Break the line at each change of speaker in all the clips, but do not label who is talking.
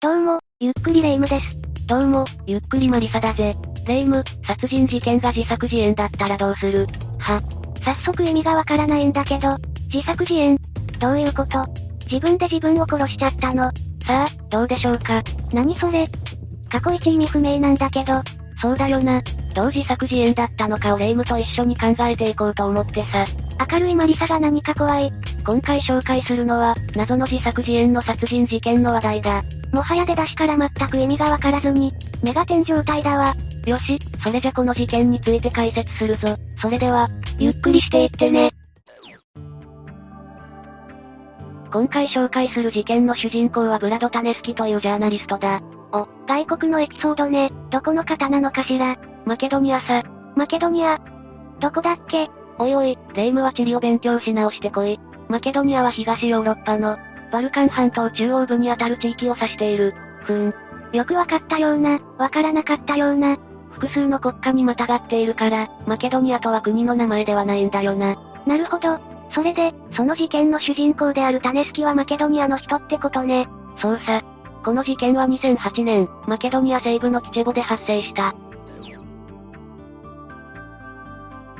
どうも、ゆっくりレ夢ムです。
どうも、ゆっくりマリサだぜ。レイム、殺人事件が自作自演だったらどうするは、
早速意味がわからないんだけど、自作自演。どういうこと自分で自分を殺しちゃったの。
さあ、どうでしょうか
何それ過去一意味不明なんだけど、
そうだよな。どう自作自演だったのかをレイムと一緒に考えていこうと思ってさ。
明るいマリサが何か怖い。
今回紹介するのは、謎の自作自演の殺人事件の話題だ。
もはや出だしから全く意味がわからずに、メガテン状態だわ。
よし、それじゃこの事件について解説するぞ。それでは、ゆっくりしていってね。今回紹介する事件の主人公はブラド・タネスキというジャーナリストだ。
お、外国のエピソードね。どこの方なのかしら。
マケドニアさ、
マケドニア。どこだっけ
おいおい、レイムは地理を勉強し直してこい。マケドニアは東ヨーロッパの、バルカン半島中央部にあたる地域を指している。ふーん。
よくわかったような、わからなかったような。
複数の国家にまたがっているから、マケドニアとは国の名前ではないんだよな。
なるほど。それで、その事件の主人公であるタネスキはマケドニアの人ってことね。
そうさ。この事件は2008年、マケドニア西部のキチェボで発生した。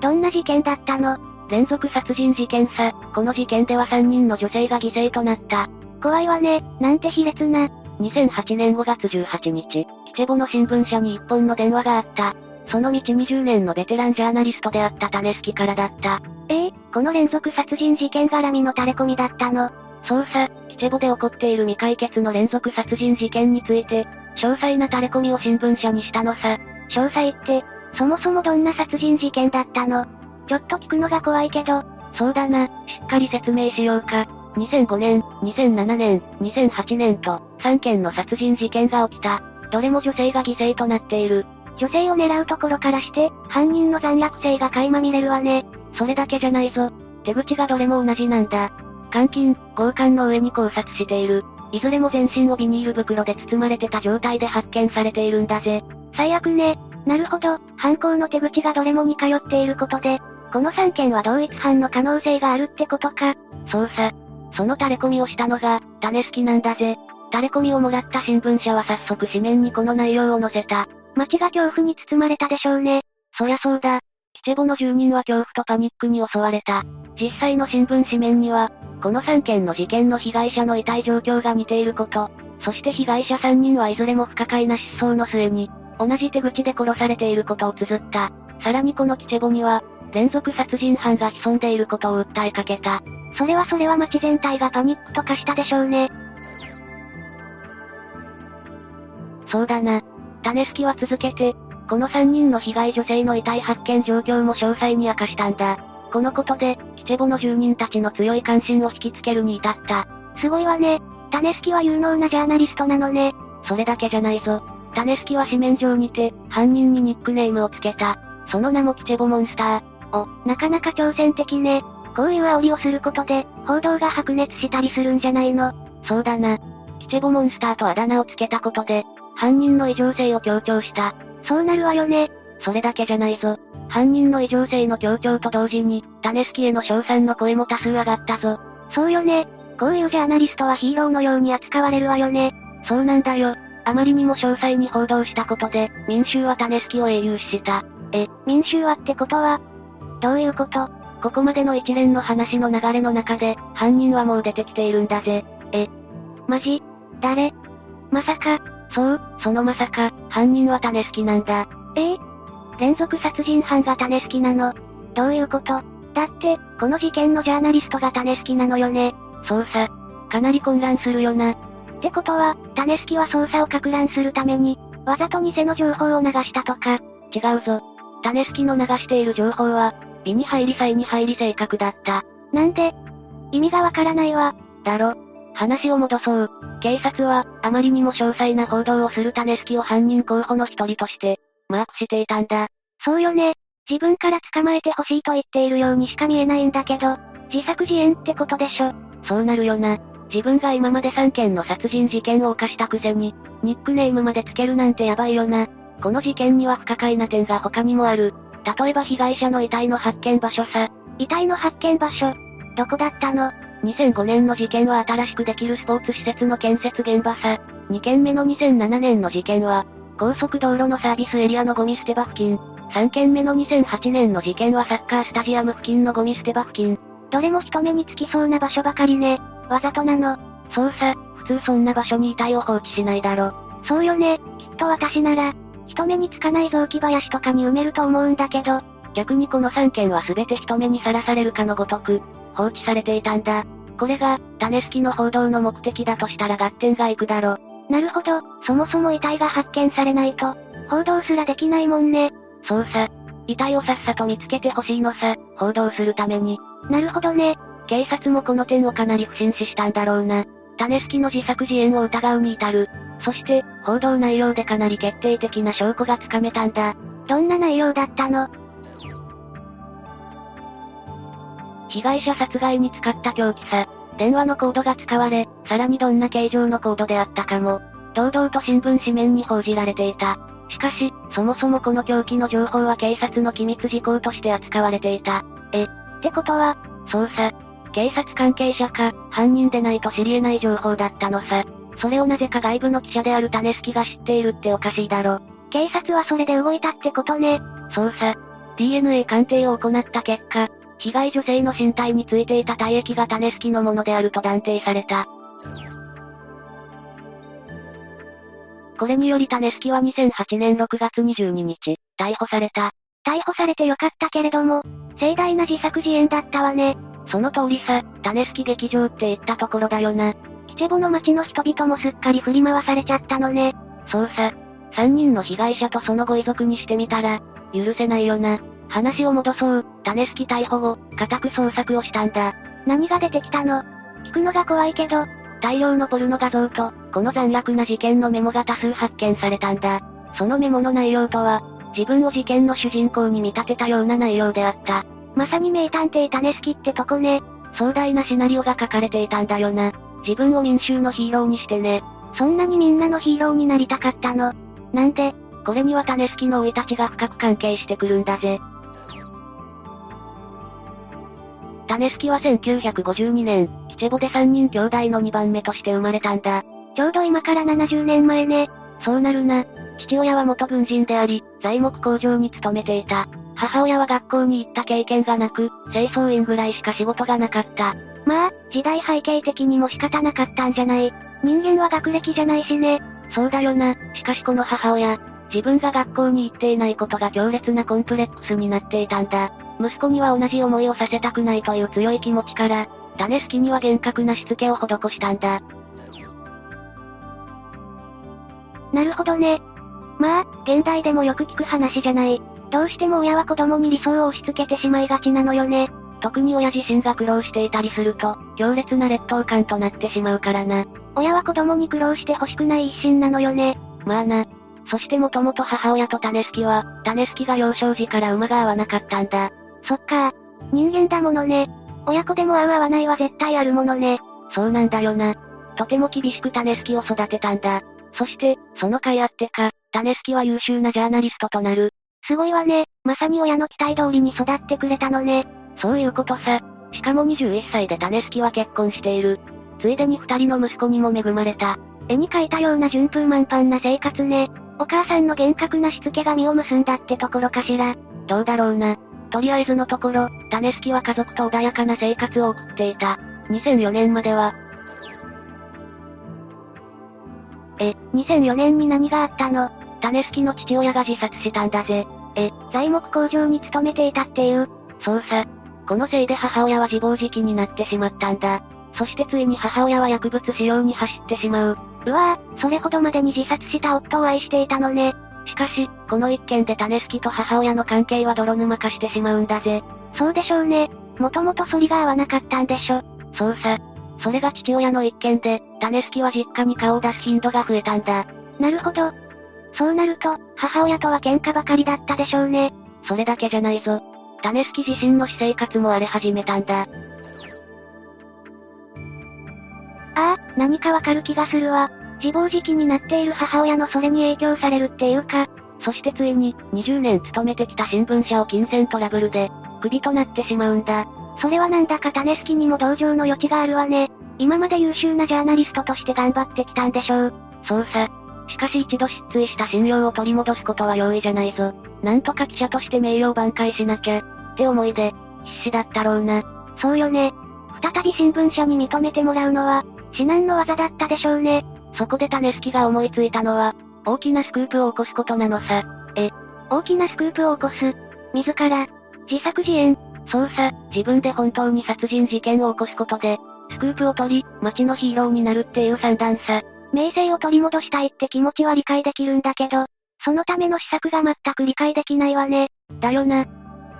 どんな事件だったの
連続殺人事件さ、この事件では3人の女性が犠牲となった。
怖いわね。なんて卑劣な。
2008年5月18日、キチェボの新聞社に一本の電話があった。その道20年のベテランジャーナリストであったタネスキからだった。
ええこの連続殺人事件絡みの垂れ込みだったの。
そうさ、キチェボで起こっている未解決の連続殺人事件について、詳細な垂れ込みを新聞社にしたのさ。
詳細って、そもそもどんな殺人事件だったのちょっと聞くのが怖いけど、
そうだな、しっかり説明しようか。2005年、2007年、2008年と、3件の殺人事件が起きた。どれも女性が犠牲となっている。
女性を狙うところからして、犯人の残虐性が垣間見れるわね。
それだけじゃないぞ。手口がどれも同じなんだ。監禁、強姦の上に考察している。いずれも全身をビニール袋で包まれてた状態で発見されているんだぜ。
最悪ね。なるほど、犯行の手口がどれも似通っていることで、この3件は同一犯の可能性があるってことか。
そうさ。その垂れ込みをしたのが、タネスキなんだぜ。垂れ込みをもらった新聞社は早速紙面にこの内容を載せた。
街が恐怖に包まれたでしょうね。
そりゃそうだ。キチェボの住人は恐怖とパニックに襲われた。実際の新聞紙面には、この3件の事件の被害者の遺体状況が似ていること、そして被害者3人はいずれも不可解な失踪の末に、同じ手口で殺されていることを綴った。さらにこのキチェボには、連続殺人犯が潜んでいることを訴えかけた。
それはそれは街全体がパニックと化したでしょうね。
そうだな。タネスキは続けて、この3人の被害女性の遺体発見状況も詳細に明かしたんだ。このことで、キチェボの住人たちの強い関心を引きつけるに至った。
すごいわね。タネスキは有能なジャーナリストなのね。
それだけじゃないぞ。タネスキは紙面上にて、犯人にニックネームをつけた。その名もキチェボモンスタ
なかなか挑戦的ね。こういう煽りをすることで、報道が白熱したりするんじゃないの。
ー。そうだな。キチェボモンスターとあだ名をつけたことで、犯人の異常性を強調した。
そうなるわよね。
それだけじゃないぞ。犯人の異常性の強調と同時に、タネスキへの称賛の声も多数上がったぞ。
そうよね。こういうジャーナリストはヒーローのように扱われるわよね。
そうなんだよ。あまりにも詳細に報道したことで、民衆はタネスキを英雄視した。
民衆はってことは、どういうこと
ここまでの一連の話の流れの中で、犯人はもう出てきているんだぜ。
マジ誰まさか、
そう、そのまさか、犯人はタネスキなんだ。
ええ連続殺人犯がタネスキなの。どういうことだって、この事件のジャーナリストがタネスキなのよね。
そうさ。かなり混乱するよな。
ってことは、タネスキは捜査を攪乱するために、わざと偽の情報を流したとか。
違うぞ。タネスキの流している情報は、美に入り際に入り正確だった。
なんで意味がわからないわ。
だろ。話を戻そう。警察は、あまりにも詳細な報道をするタネスキを犯人候補の一人として、マークしていたんだ。
そうよね。自分から捕まえてほしいと言っているようにしか見えないんだけど、自作自演ってことでしょ。
そうなるよな。自分が今まで3件の殺人事件を犯したくせに、ニックネームまでつけるなんてやばいよな。この事件には不可解な点が他にもある。例えば被害者の遺体の発見場所さ。
遺体の発見場所。どこだったの
2005年の事件は新しくできるスポーツ施設の建設現場さ。 2件目の2007年の事件は、高速道路のサービスエリアのゴミ捨て場付近。3件目の2008年の事件はサッカースタジアム付近のゴミ捨て場付近。
どれも人目につきそうな場所ばかりね。わざとなの。
そうさ、普通そんな場所に遺体を放置しないだろ。
そうよね。きっと私なら、人目につかない雑木林とかに埋めると思うんだけど、
逆にこの3件は全て人目にさらされるかのごとく、放置されていたんだ。これが、種付きの報道の目的だとしたら合点がいくだろ。
なるほど、そもそも遺体が発見されないと、報道すらできないもんね。
そうさ。遺体をさっさと見つけてほしいのさ、報道するために。
なるほどね。
警察もこの点をかなり不審視したんだろうな。種付きの自作自演を疑うに至る。そして、報道内容でかなり決定的な証拠がつかめたんだ。
どんな内容だったの
被害者殺害に使った凶器さ。電話のコードが使われ、さらにどんな形状のコードであったかも、堂々と新聞紙面に報じられていた。しかし、そもそもこの凶器の情報は警察の機密事項として扱われていた。
え、ってことは、
捜査、警察関係者か、犯人でないと知り得ない情報だったのさ。それをなぜか外部の記者である種好きが知っているっておかしいだろ。
警察はそれで動いたってことね。
捜査、DNA 鑑定を行った結果、被害女性の身体についていた体液が種付きのものであると断定された。これにより種付きは2008年6月22日、逮捕された。
逮捕されてよかったけれども、盛大な自作自演だったわね。
その通りさ、種付き劇場って言ったところだよな。
キチェボの街の人々もすっかり振り回されちゃったのね。
そうさ。3人の被害者とそのご遺族にしてみたら、許せないよな。話を戻そう、種付き逮捕後、家宅捜索をしたんだ。
何が出てきたの聞くのが怖いけど、
大量のポルノ画像と、この残虐な事件のメモが多数発見されたんだ。そのメモの内容とは、自分を事件の主人公に見立てたような内容であった。
まさに名探偵種付きってとこね。
壮大なシナリオが書かれていたんだよな。自分を民衆のヒーローにしてね。
そんなにみんなのヒーローになりたかったの。なんで、
これには種付きの生い立ちが深く関係してくるんだぜ。種付きは1952年、キチェボで3人兄弟の2番目として生まれたんだ。
ちょうど今から70年前ね。
そうなるな。父親は元軍人であり、材木工場に勤めていた。母親は学校に行った経験がなく、清掃員ぐらいしか仕事がなかった。
まあ、時代背景的にも仕方なかったんじゃない。人間は学歴じゃないしね。
そうだよな。しかしこの母親、自分が学校に行っていないことが強烈なコンプレックスになっていたんだ。息子には同じ思いをさせたくないという強い気持ちから、種好きには厳格なしつけを施したんだ。
なるほどね。まあ、現代でもよく聞く話じゃない。どうしても親は子供に理想を押し付けてしまいがちなのよね。
特に親自身が苦労していたりすると、強烈な劣等感となってしまうからな。
親は子供に苦労してほしくない一心なのよね。
まあな。そしてもともと母親と種好きは、種好きが幼少時から馬が合わなかったんだ。
そっか。人間だものね。親子でも合う合わないは絶対あるものね。
そうなんだよな。とても厳しく種好きを育てたんだ。そして、その甲斐あってか、種好きは優秀なジャーナリストとなる。
すごいわね。まさに親の期待通りに育ってくれたのね。
そういうことさ。しかも21歳で種好きは結婚している。ついでに二人の息子にも恵まれた。
絵に描いたような順風満帆な生活ね。お母さんの厳格なしつけが実を結んだってところかしら。
どうだろうな。とりあえずのところ、種好きは家族と穏やかな生活を送っていた。2004年までは。
え、2004年に何があったの
種好きの父親が自殺したんだぜ。
え、材木工場に勤めていたっていう。
そうさ。このせいで母親は自暴自棄になってしまったんだ。そしてついに母親は薬物使用に走ってしまう。
うわぁ、それほどまでに自殺した夫を愛していたのね。
しかし、この一件で種好きと母親の関係は泥沼化してしまうんだぜ。
そうでしょうね。もともと反りが合わなかったんでしょ。
そうさ。それが父親の一件で、種好きは実家に顔を出す頻度が増えたんだ。
なるほど。そうなると、母親とは喧嘩ばかりだったでしょうね。
それだけじゃないぞ。種好き自身の私生活も荒れ始めたんだ。
ああ、何かわかる気がするわ。自暴自棄になっている母親のそれに影響されるっていうか。
そしてついに、20年勤めてきた新聞社を金銭トラブルで、クビとなってしまうんだ。
それはなんだか種好きにも同情の余地があるわね。今まで優秀なジャーナリストとして頑張ってきたんでしょう。
捜査。しかし一度失墜した信用を取り戻すことは容易じゃないぞ。なんとか記者として名誉を挽回しなきゃ、って思いで、必死だったろうな。
そうよね。再び新聞社に認めてもらうのは、至難の技だったでしょうね。
そこで種きが思いついたのは、大きなスクープを起こすことなのさ。え、
大きなスクープを起こす。自ら、自作自演。
捜査、自分で本当に殺人事件を起こすことで、スクープを取り、街のヒーローになるっていう算段さ。
名声を取り戻したいって気持ちは理解できるんだけど、そのための施策が全く理解できないわね。
だよな。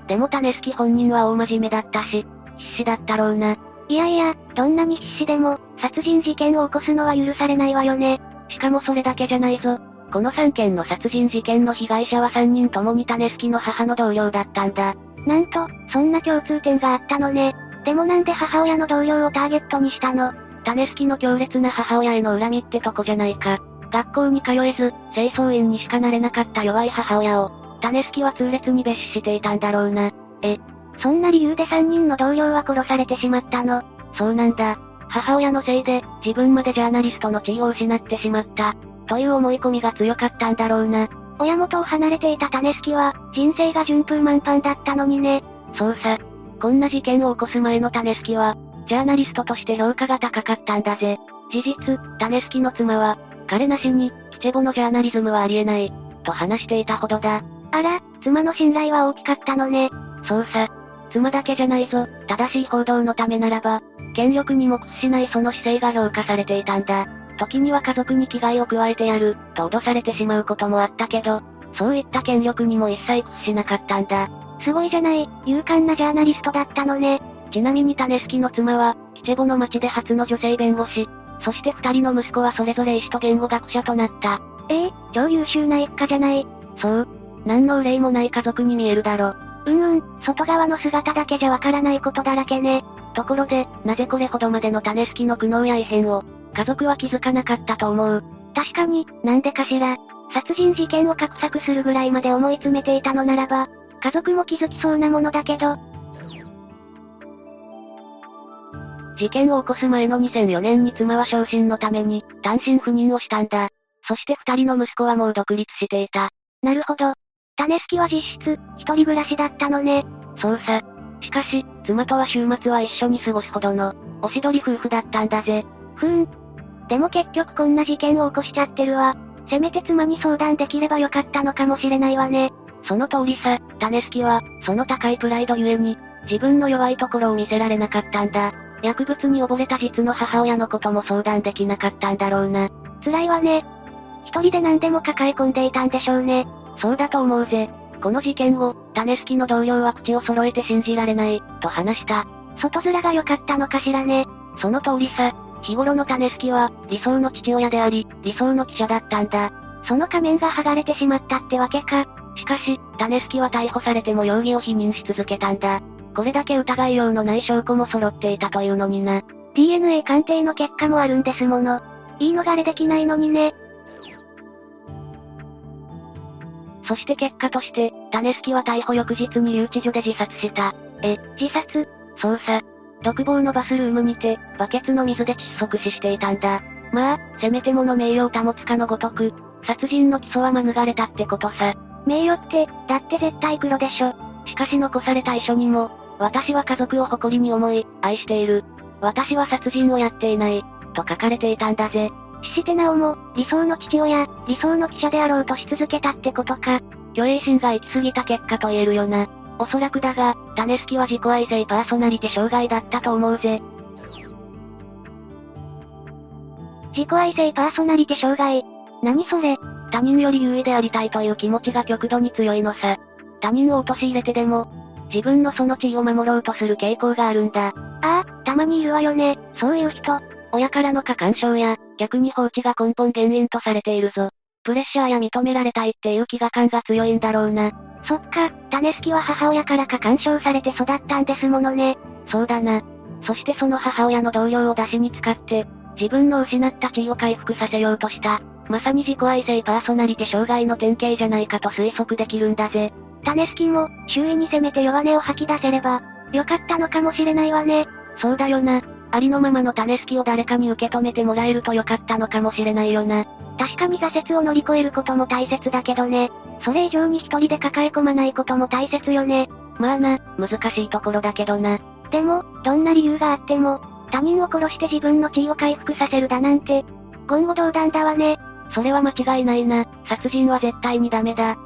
でも種好き本人は大真面目だったし、必死だったろうな。
いやいや、どんなに必死でも、殺人事件を起こすのは許されないわよね。
しかもそれだけじゃないぞ。この3件の殺人事件の被害者は3人ともに種好きの母の同僚だったんだ。
なんと、そんな共通点があったのね。でもなんで母親の同僚をターゲットにしたの
種好きの強烈な母親への恨みってとこじゃないか。学校に通えず、清掃員にしかなれなかった弱い母親を、種好きは痛烈に蔑視していたんだろうな。え、
そんな理由で3人の同僚は殺されてしまったの。
そうなんだ。母親のせいで、自分までジャーナリストの地位を失ってしまった。という思い込みが強かったんだろうな。
親元を離れていた種好きは、人生が順風満帆だったのにね。
そうさ。こんな事件を起こす前の種好きは、ジャーナリストとして評価が高かったんだぜ。事実、種好きの妻は、彼なしに、キチェボのジャーナリズムはありえない、と話していたほどだ。
あら、妻の信頼は大きかったのね。
そうさ。妻だけじゃないぞ、正しい報道のためならば、権力にも屈しないその姿勢が評価されていたんだ。時には家族に危害を加えてやる、と脅されてしまうこともあったけど、そういった権力にも一切屈しなかったんだ。
すごいじゃない、勇敢なジャーナリストだったのね。
ちなみに種好きの妻は、キチェボの町で初の女性弁護士、そして二人の息子はそれぞれ医師と言語学者となった。
ええー、超優秀な一家じゃない。
そう。何の憂いもない家族に見えるだろ。
うんうん、外側の姿だけじゃわからないことだらけね。
ところで、なぜこれほどまでの種好きの苦悩や異変を、家族は気づかなかったと思う。
確かに、なんでかしら。殺人事件を画策するぐらいまで思い詰めていたのならば、家族も気づきそうなものだけど。
事件を起こす前の2004年に妻は昇進のために、単身赴任をしたんだ。そして二人の息子はもう独立していた。
なるほど。種好きは実質、一人暮らしだったのね。
そうさ。しかし、妻とは週末は一緒に過ごすほどの、おしどり夫婦だったんだぜ。
ふーん。でも結局こんな事件を起こしちゃってるわ。せめて妻に相談できればよかったのかもしれないわね。
その通りさ、種好きは、その高いプライドゆえに、自分の弱いところを見せられなかったんだ。薬物に溺れた実の母親のことも相談できなかったんだろうな。
辛いわね。一人で何でも抱え込んでいたんでしょうね。
そうだと思うぜ。この事件を、種好きの同僚は口を揃えて信じられない、と話した。
外面が良かったのかしらね。
その通りさ、日頃の種好きは、理想の父親であり、理想の記者だったんだ。
その仮面が剥がれてしまったってわけか。
しかし、種好きは逮捕されても容疑を否認し続けたんだ。これだけ疑いようのない証拠も揃っていたというのにな。
DNA 鑑定の結果もあるんですもの。言い逃れできないのにね。
そして結果として、種好きは逮捕翌日に留置所で自殺した。
え、自殺
そうさ。独房のバスルームにて、バケツの水で窒息死していたんだ。まあ、せめてもの名誉を保つかのごとく、殺人の起訴は免れたってことさ。
名誉って、だって絶対黒でしょ。
しかし残された遺書にも、私は家族を誇りに思い、愛している。私は殺人をやっていない、と書かれていたんだぜ。
してなおも、理想の父親、理想の記者であろうとし続けたってことか。
虚栄心が行き過ぎた結果と言えるよな。おそらくだが、種好きは自己愛性パーソナリティ障害だったと思うぜ。
自己愛性パーソナリティ障害。何それ
他人より優位でありたいという気持ちが極度に強いのさ。他人を陥れてでも、自分のその地位を守ろうとする傾向があるんだ。
ああ、たまにいるわよね、そういう人。
親からの過干渉や、逆に放置が根本原因とされているぞ。プレッシャーや認められたいっていう飢餓感が強いんだろうな。
そっか、種好きは母親から過干渉されて育ったんですものね。
そうだな。そしてその母親の同僚を出しに使って、自分の失った地位を回復させようとした。まさに自己愛性パーソナリティ障害の典型じゃないかと推測できるんだぜ。
種好きも、周囲にせめて弱音を吐き出せれば、よかったのかもしれないわね。
そうだよな。ありのままの種好きを誰かに受け止めてもらえると良かったのかもしれないよな。
確かに挫折を乗り越えることも大切だけどね。それ以上に一人で抱え込まないことも大切よね。
まあな、難しいところだけどな。
でも、どんな理由があっても、他人を殺して自分の地位を回復させるだなんて、言語道断だわね。
それは間違いないな。殺人は絶対にダメだ。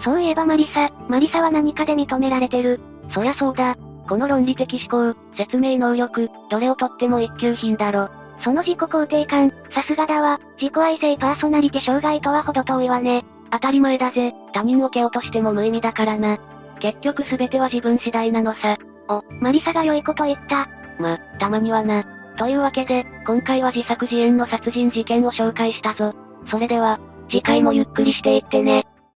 そういえばマリサ、マリサは何かで認められてる。
そりゃそうだ。この論理的思考、説明能力、どれをとっても一級品だろ。
その自己肯定感、さすがだわ。自己愛性パーソナリティ障害とはほど遠いわね。
当たり前だぜ。他人を蹴落としても無意味だからな。結局全ては自分次第なのさ。
お、マリサが良いこと言った。
ま、たまにはな。というわけで、今回は自作自演の殺人事件を紹介したぞ。それでは、
次回もゆっくりしていってね。